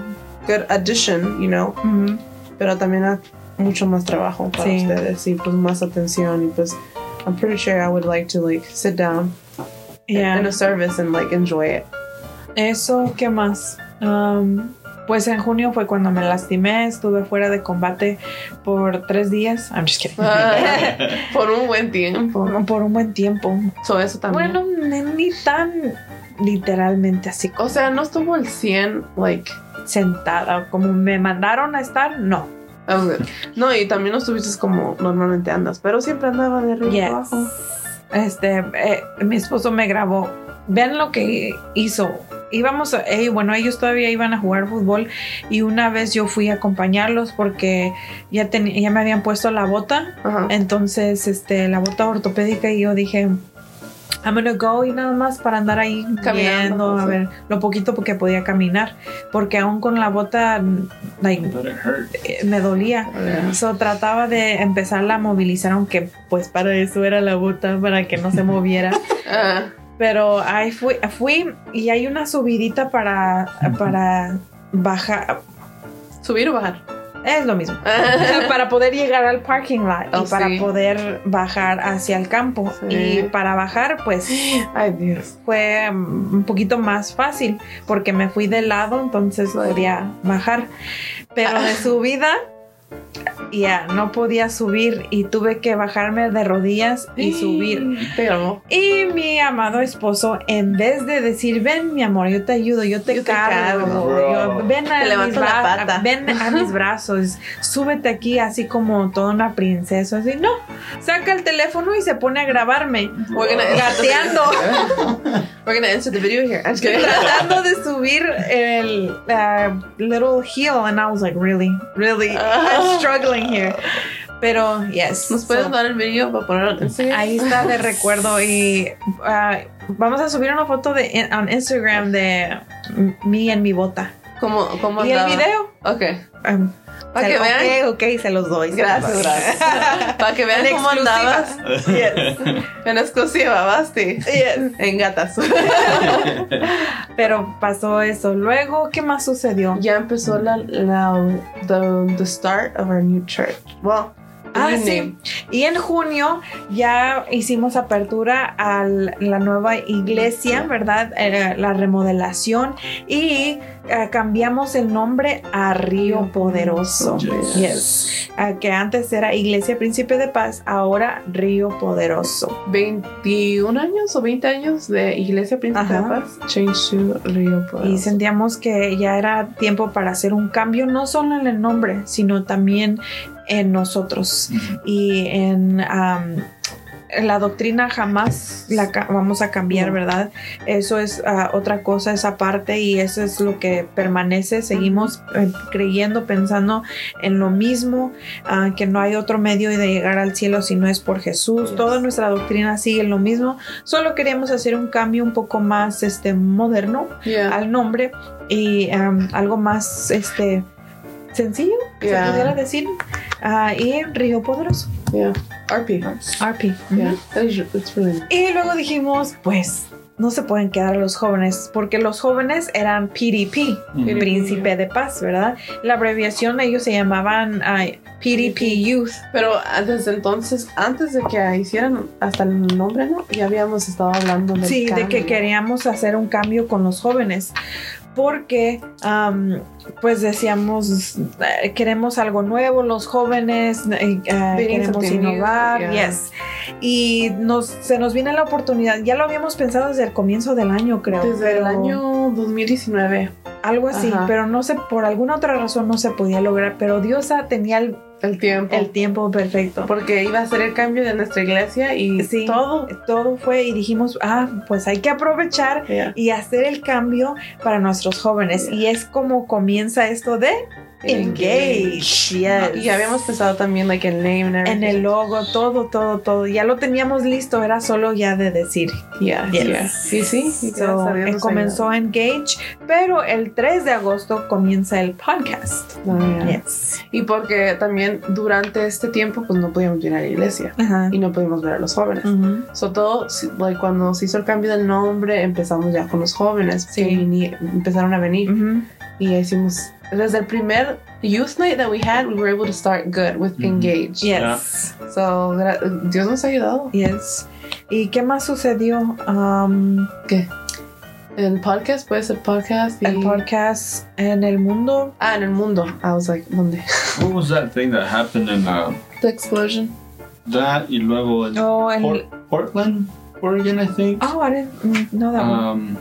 good addition, you know. mhm. pero también a- mucho más trabajo para Sí. ustedes y pues más atención y pues I'm pretty sure I would like to like sit down Yeah. in a service and like enjoy it. Eso, ¿qué más? Am, pues en junio fue cuando me lastimé, estuve fuera de combate por tres días. I'm just kidding. Ah. <laughs> por un buen tiempo. <laughs> por un buen tiempo. So, eso también. Bueno, ni ni tan literalmente así o sea, no estuvo el 100 like sentada, como me mandaron a estar, no. I was good. Ah, No, y también no estuviste como normalmente andas, pero siempre andaba de arriba Yes. abajo. Este, eh, mi esposo me grabó. Vean lo que hizo. Íbamos, a- eh, bueno, ellos todavía iban a jugar fútbol y una vez yo fui a acompañarlos porque ya, tenía ya me habían puesto la bota Ajá. Entonces, este, la bota ortopédica y yo dije, I'm gonna go y nada más para andar ahí Caminando, caminando, a sí. ver lo poquito que podía caminar, porque aún con la bota <laughs> like, But it hurt. eh, me dolía. So, trataba de empezarla a movilizar, aunque pues para eso era la bota, para que no se <laughs> moviera. Ah, Pero ahí fui, fui y hay una subidita para, para bajar, subir <laughs> o bajar. es lo mismo. para poder llegar al parking lot Oh, y para sí. poder bajar hacia el campo. Sí. Y para bajar, pues Ay, Dios. fue mm, un poquito más fácil porque me fui de lado, entonces Claro. podía bajar. Pero Ah. de subida, ya no podía subir y tuve que bajarme de rodillas y subir. Te grabó. Y mi amado esposo, en vez de decir, ven mi amor, yo te ayudo, yo te Yo te cargo, cargo. yo- ven, a Te mis levanto la bra- pata." ven a mis brazos, súbete aquí así como toda una princesa, así, no, saca el teléfono y se pone a grabarme, We're gonna gateando, <laughs> We're gonna insert the video <laughs> here. I'm just kidding. tratando de subir el uh, little heel, and I was like, really, really, I'm struggling here. Pero, yes. Ah. ¿Nos puedes so- dar el video para ponerlo en Instagram? Ahí está de recuerdo y ah, vamos a subir una foto de en on Instagram de m- mí en mi bota. ¿Cómo, cómo Y el andaba? video. Ok. um, Para se que lo- vean. Ok, ok, se los doy. se los Gracias, doy. <laughs> gracias. Para que vean En cómo exclusiva. andabas. <laughs> En exclusiva, Basti. En gatas. <laughs> Pero pasó eso. Luego, ¿qué más sucedió? ya empezó la, la the, the start of our new church. Well, Ah, new sí. name. Y en junio ya hicimos apertura a la nueva iglesia, ¿verdad? Eh, la remodelación y eh, cambiamos el nombre a Río Poderoso. Yes. Ah, que antes era Iglesia Príncipe de Paz, ahora Río Poderoso. 21 años o 20 años de Iglesia Príncipe de Ajá. Paz. Change to Río Poderoso. Y sentíamos que ya era tiempo para hacer un cambio, no solo en el nombre, sino también en nosotros Mm-hmm. y en am, la doctrina jamás la ca- vamos a cambiar, No. ¿verdad? Eso es ah, otra cosa, esa parte y eso es lo que permanece. Seguimos eh, creyendo, pensando en lo mismo, ah, que no hay otro medio de llegar al cielo si no es por Jesús. Toda nuestra doctrina sigue lo mismo. Solo queríamos hacer un cambio un poco más este moderno Yeah, al nombre y am, algo más este sencillo, se pudiera yeah, decir. Ah, y Río Poderoso, yeah. RP. RP. Yeah, it's, it's really Y luego dijimos, pues no se pueden quedar los jóvenes, porque los jóvenes eran PDP, Mm. Príncipe de Paz, ¿verdad? La abreviación ellos se llamaban ay, PDP Youth. Pero ah, desde entonces, antes de que hicieran hasta el nombre, ¿no? Ya habíamos estado hablando del Sí, de que cambio. queríamos hacer un cambio con los jóvenes, porque am, pues decíamos, eh, queremos algo nuevo, los jóvenes, eh, eh, Being queremos something new, innovar, yeah. yes. Y nos, se nos viene la oportunidad, ya lo habíamos pensado desde el comienzo del año, creo. Desde el pero- año 2019. algo así, Ajá. pero no sé, por alguna otra razón no se podía lograr, pero Dios ah, tenía el El tiempo. El tiempo perfecto. porque iba a ser el cambio de nuestra iglesia y Sí. todo. Todo fue y dijimos, ah, pues hay que aprovechar Yeah, y hacer el cambio para nuestros jóvenes. Y es como comienza esto de Engage. yes. Y ya habíamos pensado también, like, el name and en el everything. logo, todo, todo, todo. Ya lo teníamos listo, era solo ya de decir. Yeah, Yes. yeah. Sí, sí. y gracias So, a Dios eh, nos comenzó Engage, pero el 3 de agosto comienza el podcast. ayudó. No, yeah. Yes. Y porque también durante este tiempo, pues no podíamos ir a la iglesia Ajá. y no podíamos ver a los jóvenes. Ujú. So, todo, si- like, cuando se hizo el cambio del nombre, empezamos ya con los jóvenes Sí. Mm. que vini- empezaron a venir. Ujú. Y ya hicimos, desde el primer youth night that we had, we were able to start good with Mhm. Engage. Yes. So, gra- Dios nos ha ayudado. Yes. ¿Y qué más sucedió? Um, El podcast, puede ser podcast. y- El podcast en el mundo. Ah, en el mundo. I was like, ¿dónde? What was that thing that happened in uh, The explosion. that y luego in Oh, el. Port- Portland, Oregon, I think? Oh, I didn't mm, know that one. Um,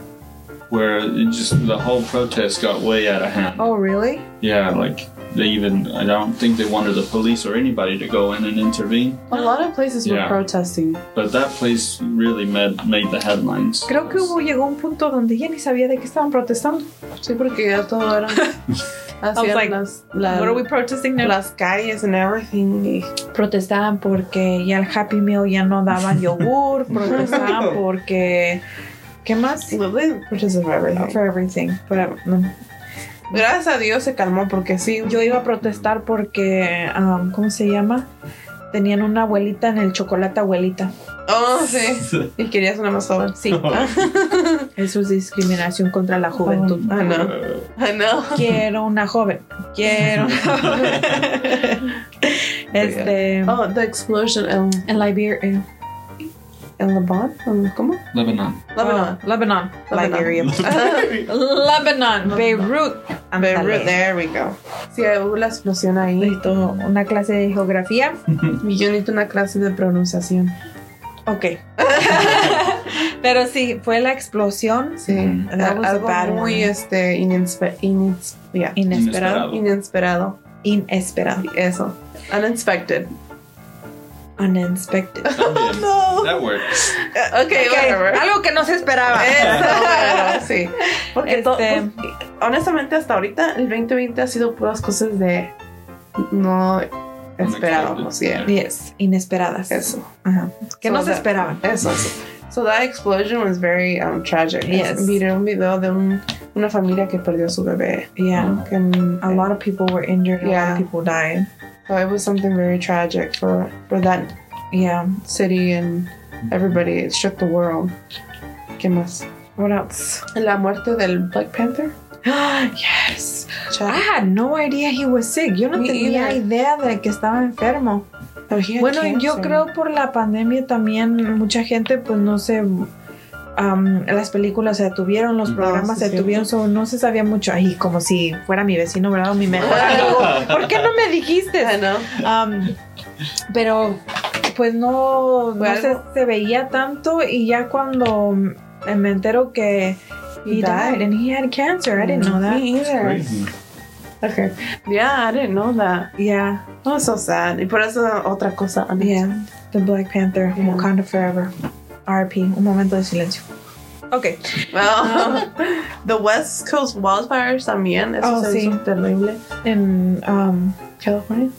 where it just the whole protest got way out of hand. Oh, really? Yeah, like they even I don't think they wanted the police or anybody to go in and intervene. A lot of places were Yeah. protesting. But that place really made made the headlines. Creo que hubo, llegó un punto donde ya ni sabía de qué estaban protestando. Sí, porque ya todo <laughs> era. I was Hacían like, las, la- What are we protesting now? las calles and everything. y- protestaban porque ya el Happy Meal ya no daban yogur, protestaban porque ¿qué más? Well, they protested for everything. For everything, for- no. Gracias a Dios se calmó porque sí. Yo iba a protestar porque um, ¿cómo se llama? Tenían una abuelita en el chocolate abuelita. Oh, <laughs> sí. Y querías una más joven. <laughs> Ah, Sí. Eso es discriminación contra la juventud. I know. Uh, I know. Quiero una joven. Quiero una joven. Este Oh, the explosion en, en Liberia. en- en Lebanon. en- ¿Cómo? Lebanon. <laughs> Lebanon. oh, Lebanon. Liberia. Lebanon. <laughs> Beirut. <laughs> Beirut, Ándale. Ah, there we go. Sí, hubo la explosión ahí. Necesito una clase de geografía. Y yo necesito una clase de pronunciación. Ok. <laughs> Pero sí, fue la explosión Sí. Mm. That was a algo bad muy one. este inespe- ines- yeah, inesperada. Inesperado. inesperado. Inesperada. Eso. Unexpected. Unexpected. <laughs> También. No. Oh, That works. Eh, okay, Ok, Ah, whatever. Algo que no se esperaba. <laughs> Eso, bueno, sí. Porque to- Este- honestamente hasta ahorita el 2020 ha sido puras cosas de no esperábamos. yeah. Yes, inesperadas. Eso. Ajá. Que So no se that- esperaban. Eso, eso. So that explosion was very um, tragic. Yes. Miré un video de un- una familia que perdió su bebé. Yeah. Que, mm, A lot of people were injured. A lot Yeah. of people died. eh, So it was something very tragic for, for that Yeah. city and everybody. It shook the world. ¿Qué más? What else? <gasps> La muerte del Black Panther. yes. I Chad. had no idea he was sick. Yo no Me tenía either. idea de que estaba enfermo. Oh, he had Bueno, yo cancer. creo por la pandemia también mucha gente, pues no sé, am, las películas se detuvieron, los No, programas sí, se sí. detuvieron, so, no se sabía mucho ahí, como si fuera mi vecino, ¿verdad? O mi mejor amigo. <laughs> ¿Por qué no me dijiste? I know. Am, pero pues no, no Fue se, algo. se veía tanto y ya cuando mm, me entero que he He Mm-hmm. died and he had cancer, I didn't know that. Me either. <laughs> Crazy. Okay. Yeah, I didn't know that. Yeah, Oh, so sad. Y por eso otra cosa. <laughs> Yeah, the Black Panther, Yeah. Wakanda Forever. RP, un momento de silencio. Ok, Well, Ah. the West Coast wildfires también. Eso Oh, se sí. hizo terrible. en um, California.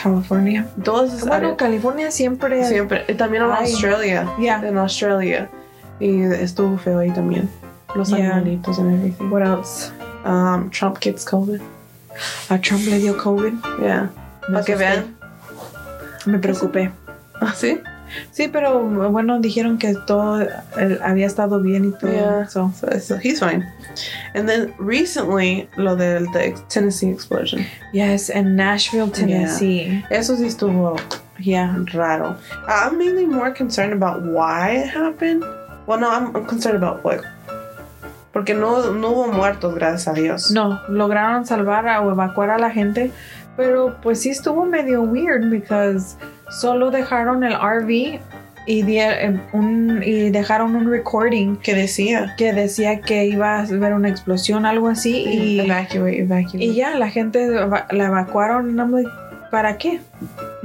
California. Todas esas Bueno, áreas. California siempre. Pues, Siempre. Y también en Ay. Australia. Yeah. En Australia. Y estuvo feo ahí también. Los Yeah. animalitos and everything. What else? Um, Trump gets COVID. A Trump le dio COVID. Yeah. Me Para que asusté, vean. <laughs> Me preocupé. ¿Ah, sí? Sí, pero bueno, dijeron que todo eh, había estado bien y todo. Yeah. so. So, so he's fine. And then recently, lo del the Tennessee explosion. Yes, in Nashville, Tennessee. Eso sí estuvo Yeah. raro. I'm mainly more concerned about why it happened. Well, no, I'm, I'm concerned about like. Porque no, no hubo muertos, gracias a Dios. No, lograron salvar a- o evacuar a la gente, pero pues sí estuvo medio weird because solo dejaron el RV y, die- eh, un- y dejaron un recording ¿Qué decía? que decía que iba a haber una explosión, algo así, y, evacuate, evacuate. y ya la gente eva- la evacuaron. and I'm like, ¿Para qué?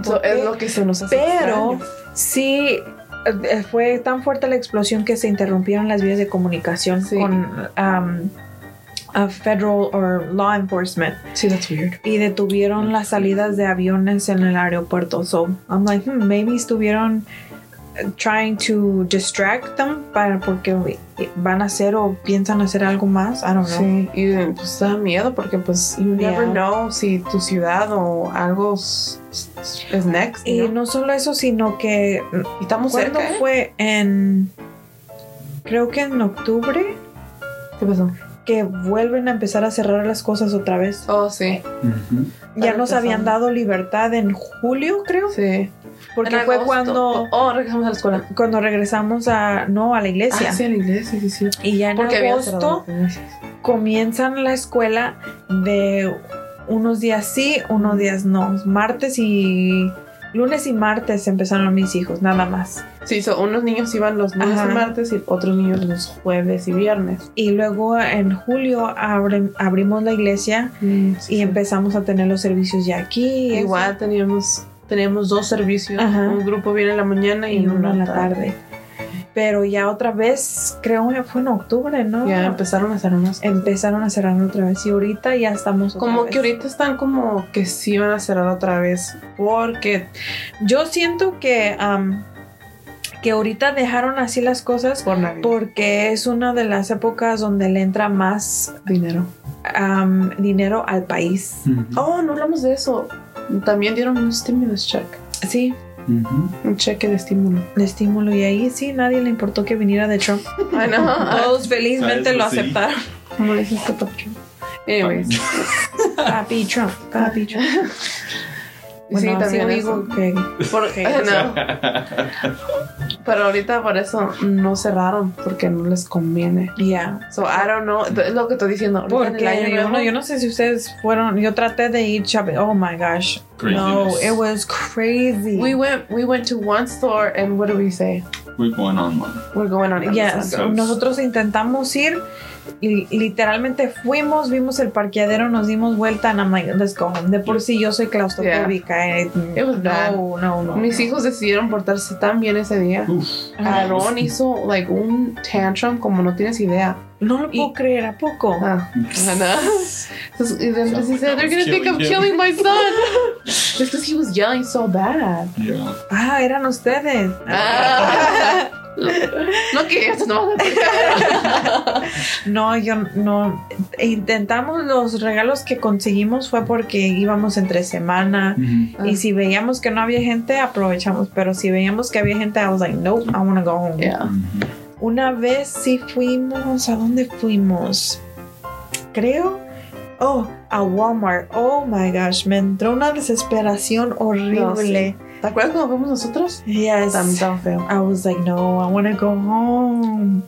So, es lo que se nos hace. Pero extraño. sí eh, fue tan fuerte la explosión que se interrumpieron las vías de comunicación Sí. con um, a federal or law enforcement Sí, that's weird. y detuvieron las salidas de aviones en el aeropuerto. So I'm like, hmm, maybe estuvieron eh, trying to distract them para porque van a hacer o piensan hacer algo más. I don't know. Sí, y eh, pues da miedo porque pues you never Yeah. know si tu ciudad o algo s- s- es next. Y ¿no? no solo eso, sino que Y estamos ¿Cuándo cerca. ¿eh? fue? En. Creo que en octubre. ¿Qué pasó? Que vuelven a empezar a cerrar las cosas otra vez. Oh, sí. Mm-hmm, ya nos empezando. habían dado libertad en julio, creo. Sí. Porque En fue agosto. cuando, Oh, regresamos a la escuela. cuando regresamos a. No, a la iglesia. Ah, sí, en inglés, sí, sí, sí. Y ya en Porque había cerrado agosto las iglesias. comienzan la escuela de unos días sí, unos días no. Martes y. Lunes y martes empezaron mis hijos, nada más. Sí, so, unos niños iban los lunes Ajá. y martes y otros niños los jueves y viernes. Y luego en julio abren- abrimos la iglesia Mm, Sí, y sí. empezamos a tener los servicios ya aquí. eso. Igual teníamos, teníamos dos servicios. Ajá. Un grupo viene en la mañana y, Y uno en la tarde. tarde. Pero ya otra vez, creo que fue en octubre, ¿no? Ya empezaron a hacer unas... Empezaron a cerrar otra vez y ahorita ya estamos. otra Como vez. que ahorita están como que sí van a cerrar otra vez porque Yo siento que, am, que ahorita dejaron así las cosas por Navidad. porque es una de las épocas donde le entra más dinero. am, dinero al país. mm-hmm, Oh, no hablamos de eso. También dieron un stimulus check. Sí, mm-hmm. Un cheque de estímulo. de estímulo. Y ahí sí, nadie le importó que viniera de <laughs> Trump. Ay, no. Todos felizmente lo sí. aceptaron. ¿Cómo le dices que toque? <laughs> Anyways. Papi Trump, papi Trump. sí, también así eso. digo que Por- Ay, no. Pero ahorita por eso no cerraron, porque no les conviene. ya So, I don't know, es lo que estoy diciendo. ahorita en el Porque año yo nuevo- no, yo no sé si ustedes fueron, yo traté de ir shopping. Oh my gosh. No, Craziness. it was crazy. We went, we went to one store and what do we say? We're going on one. We're going on Amazon. Yes, nosotros intentamos ir y literalmente fuimos, vimos el parqueadero, nos dimos vuelta and I'm like, let's go home. De por sí yo soy claustrofóbica. eh, It was bad. no, no, no. Mis hijos decidieron portarse tan bien ese día. Oof. Ah, Aaron hizo like un tantrum como no tienes idea. no lo puedo y- creer, ¿a poco? Ah, <laughs> Ana. Entonces, y then she said, they're gonna think I'm Killing killing my <laughs> son. It's because he was yelling so bad. Yeah. Ah, eran ustedes. Ah. <laughs> No que esto no va a <laughs> No, yo no. Intentamos los regalos que conseguimos fue porque íbamos entre semana. Mm-hmm. Ah. Y si veíamos que no había gente, aprovechamos. Pero si veíamos que había gente, I was like, nope, I wanna go home. Yeah. Mm-hmm. Mhm. Una vez sí fuimos, ¿a dónde fuimos? Creo, oh, a Walmart. Oh my gosh, me entró una desesperación horrible. ¿Te acuerdas cuando fuimos nosotros? Yes. Tan, tan feo. I was like, no, I want to go home.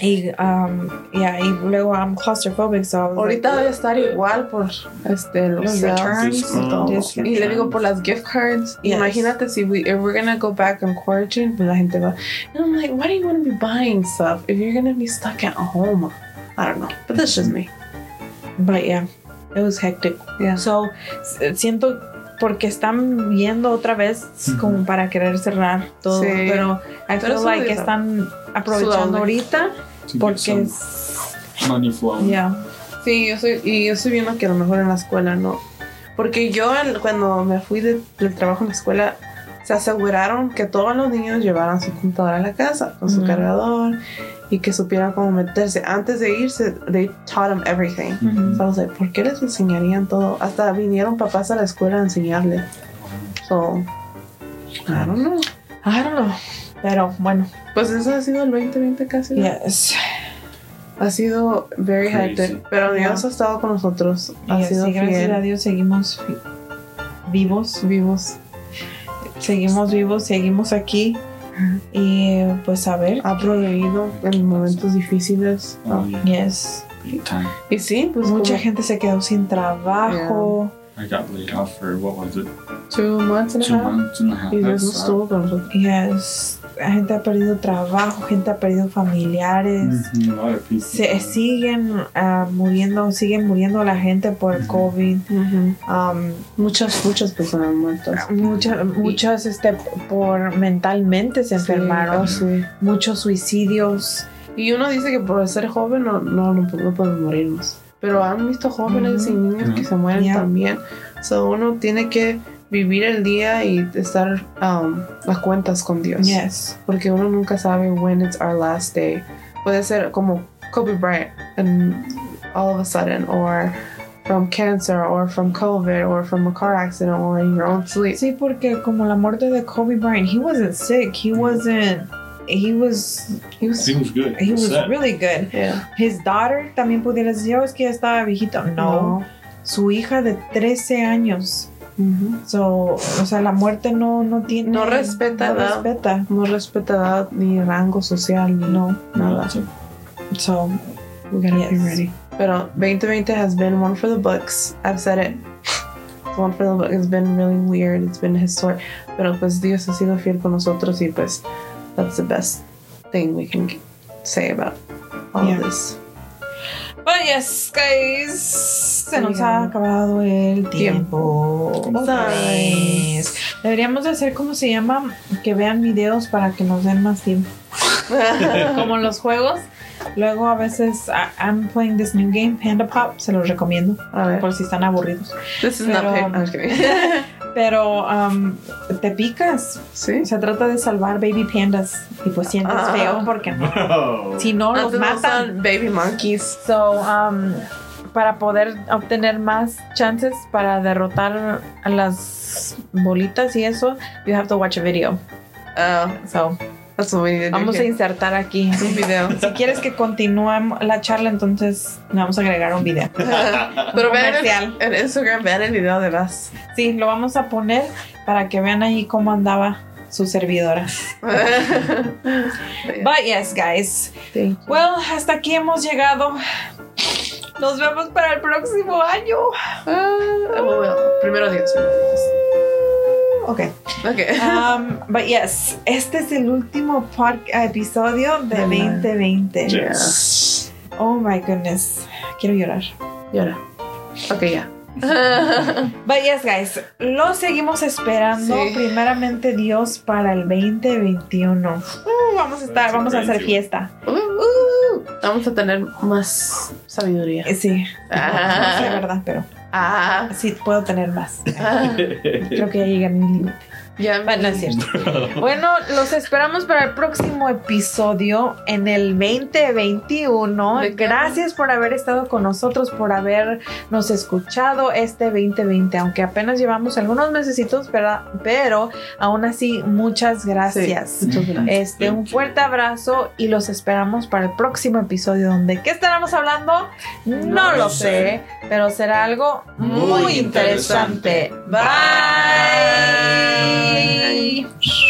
Y, um, yeah, y luego I'm claustrophobic, so I was Ahorita like, debe estar igual por este, los, Los sales returns, y todo. discount. Y le digo por las gift cards. Yes. Imagínate si we, if we're gonna go back in quarantine, pues la gente va. And I'm like, why do you want to be buying stuff if you're gonna be stuck at home? I don't know, but that's just me. but yeah, it was hectic. Yeah. So, s- siento porque están viendo otra vez como para querer cerrar todo, Sí. pero I Pero feel eso like es- están aprovechando Slowly. ahorita To get porque some es money flowing. yeah. Sí, yo soy, y yo estoy viendo que a lo mejor en la escuela no. Porque yo al- cuando me fui de- del trabajo en la escuela, se aseguraron que todos los niños llevaran su computadora a la casa, con su Ujú. cargador, y que supieran cómo meterse. Antes de irse, they taught them everything. Mhm. Mm-hmm. So I was like, ¿por qué les enseñarían todo? Hasta vinieron papás a la escuela a enseñarle. So, I don't know. I don't know. Pero bueno, Pues eso ha sido el 2020 casi. ¿no? yes. Ha sido very Crazy. hectic. Pero Dios ha estado con nosotros. Ha Y sido así, gracias a fiel. Dios seguimos fi- vivos, Vivos. seguimos vivos, seguimos aquí. Y pues a ver, ha proveído en momentos difíciles. Oh, yeah. yes. Big time. Y sí, Ah. pues Mucha como- gente se quedó sin trabajo. I got laid off for what was it? Two months and a Two half. months and a half. Y Dios That's nos sad. tuvo con nosotros. Yes. La gente ha perdido trabajo, gente ha perdido familiares. Mhm, A lot of people. Se siguen ah, muriendo, siguen muriendo la gente por el Ujú. COVID. Ujú. Um, Muchas, muchas personas muertas. Ah, muchas, muchas este, por mentalmente se enfermaron. Sí, oh, sí. Muchos suicidios. Y uno dice que por ser joven no, no, no, no podemos morirnos. Pero han visto jóvenes y Ujú. niños que Ujú. se mueren Yeah. también. So uno tiene que vivir el día y estar um, a cuentas con Dios. Yes. Porque uno nunca sabe when it's our last day. Puede ser como Kobe Bryant and all of a sudden or from cancer or from COVID or from a car accident or in your own sleep. Sí, porque como la muerte de Kobe Bryant, he wasn't sick. He wasn't. He was. He was- He was good. He was Sad. really good. yeah. His daughter también pudiera decir, "Oh, es que ya estaba viejita. no. Su hija de 13 años. Ujú. So, o sea, la muerte no, no tiene. No respeta no edad. respeta. No respeta edad ni rango social ni No. nada. So, We gotta be Yes. ready. Pero 2020 uh, has been one for the books. I've said it. It's one for the book. It's been really weird. It's been historic. Pero pues Dios ha sido fiel con nosotros y pues that's the best thing we can g- say about all Yeah. of <laughs> this. but yes, guys, se nos Yeah. ha acabado el Tiempo. tiempo. otra Nice. vez. Deberíamos de hacer como se llama, que vean videos para que nos den más tiempo. Ah, como los juegos. Luego a veces I- I'm playing this new game, Panda Pop, se los recomiendo A ver. por si están aburridos. This is not Pero- paid. I'm just <laughs> kidding. Pero um, te picas. ¿Sí? Se trata de salvar baby pandas y pues sientes Ah. feo porque no. Bro. Si Ah, no, los Antes no matan. usaban baby monkeys. So, um, para poder obtener más chances para derrotar a las bolitas y eso, you have to watch a video. Oh, So, that's what we need to do vamos a here. insertar aquí. <laughs> un video. Si quieres que continúe la charla, entonces le vamos a agregar un video. Pero vean Comercial. el, en Instagram, vean el video de <laughs> las. Sí, lo vamos a poner para que vean ahí cómo andaba su servidora. But yes, guys. Thank you. Well, hasta aquí hemos llegado. Nos vemos para el próximo año. Ah, bueno, primero Dios. primero Dios. Ok. Ok. Um, but yes, este es el último pod- episodio de Del año. 2020. Yes. Oh my goodness, quiero llorar. Y ahora. Ok, <laughs> ya. Uh, Ay, But yes, guys, lo seguimos esperando. Sí. Primeramente Dios para el 2021. Uh, vamos a estar, vamos a hacer 2021. fiesta. uh, vamos a tener más sabiduría. Eh, Sí, no sé, Ah, verdad, pero ah, sí puedo tener más. ah. Creo que ya llegué a mi límite. Ya Bueno, no es cierto. <laughs> Bueno, los esperamos para el próximo episodio en el 2021. ¿De qué? Gracias por haber estado con nosotros, por habernos escuchado este 2020, aunque apenas llevamos algunos mesecitos, ¿verdad? pero aún así, muchas gracias. Muchas gracias. Este, un Thank you. fuerte abrazo y los esperamos para el próximo episodio donde ¿qué estaremos hablando? No, No lo lo sé, pero será algo muy, Muy interesante. interesante. Bye.